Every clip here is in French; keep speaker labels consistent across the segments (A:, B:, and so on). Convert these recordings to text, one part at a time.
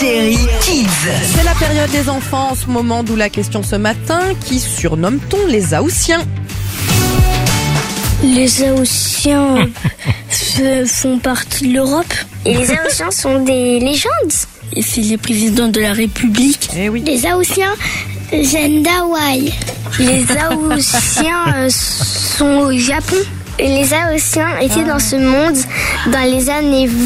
A: Chérie Kids.
B: C'est la période des enfants en ce moment, d'où la question ce matin qui surnomme-t-on les Haussiens
C: Les Aossiens font partie de l'Europe. Et les Aossiens sont des légendes. Et c'est les présidents de la République.
B: Eh oui.
C: Les Aossiens viennent d'Hawaï. Les Aossiens euh, sont au Japon. Les Aossiens étaient dans ce monde dans les années 20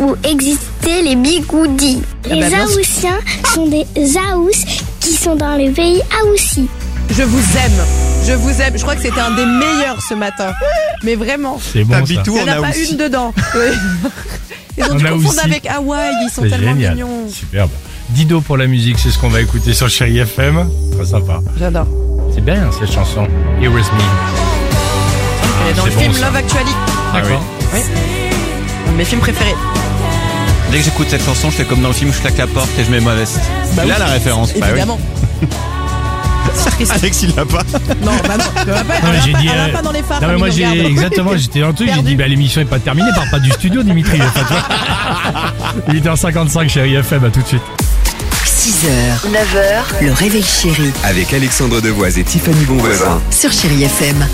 C: où existaient les bigoudis.
B: Ah
C: Les
B: bah, bien sûr.
C: Aossiens sont des Aous qui sont dans le pays Aoussi.
B: Je vous aime. Je vous aime. Je crois que c'était un des meilleurs ce matin. Mais vraiment.
D: C'est bon ça.
E: T'habites où
B: Il n'y en
E: en
B: a pas
E: Haouti
B: une dedans. Oui. Ils ont dû
D: En Haouti.
B: confondre avec Hawaï. Ils sont
D: C'est
B: tellement
D: génial.
B: mignons.
D: Superbe. Dido pour la musique, c'est ce qu'on va écouter sur Chéri FM. Très sympa.
B: J'adore.
D: C'est bien cette chanson. Here with me.
B: Elle est dans
D: c'est
B: le film
D: bon, ça.
B: Love Actually.
D: D'accord.
B: Un de mes films préférés.
D: Bah
E: Dès que j'écoute cette chanson, je fais comme dans le film, je claque la porte et je mets ma veste. il a la référence. Bah oui.
B: Évidemment. C'est triste.
E: Alex, il l'a pas.
B: Non, bah non. Elle va pas, elle
D: Non, mais
B: va
D: j'ai
B: pas-
D: dit.
B: elle va
D: euh,
B: pas dans les phares.
D: non, mais
B: comme
D: moi
B: ils nous
D: j'ai
B: regardent.
D: exactement. J'étais dans le truc. J'ai
B: Perdu.
D: dit bah l'émission est pas terminée. Parle pas du studio, Dimitri. Enfin, toi. 8h55 Chéri FM. À tout de suite.
A: 6h, 9h, le réveil chéri
F: Avec Alexandre Devoise et Tiffany Bonvoisin.
A: sur Chérie FM.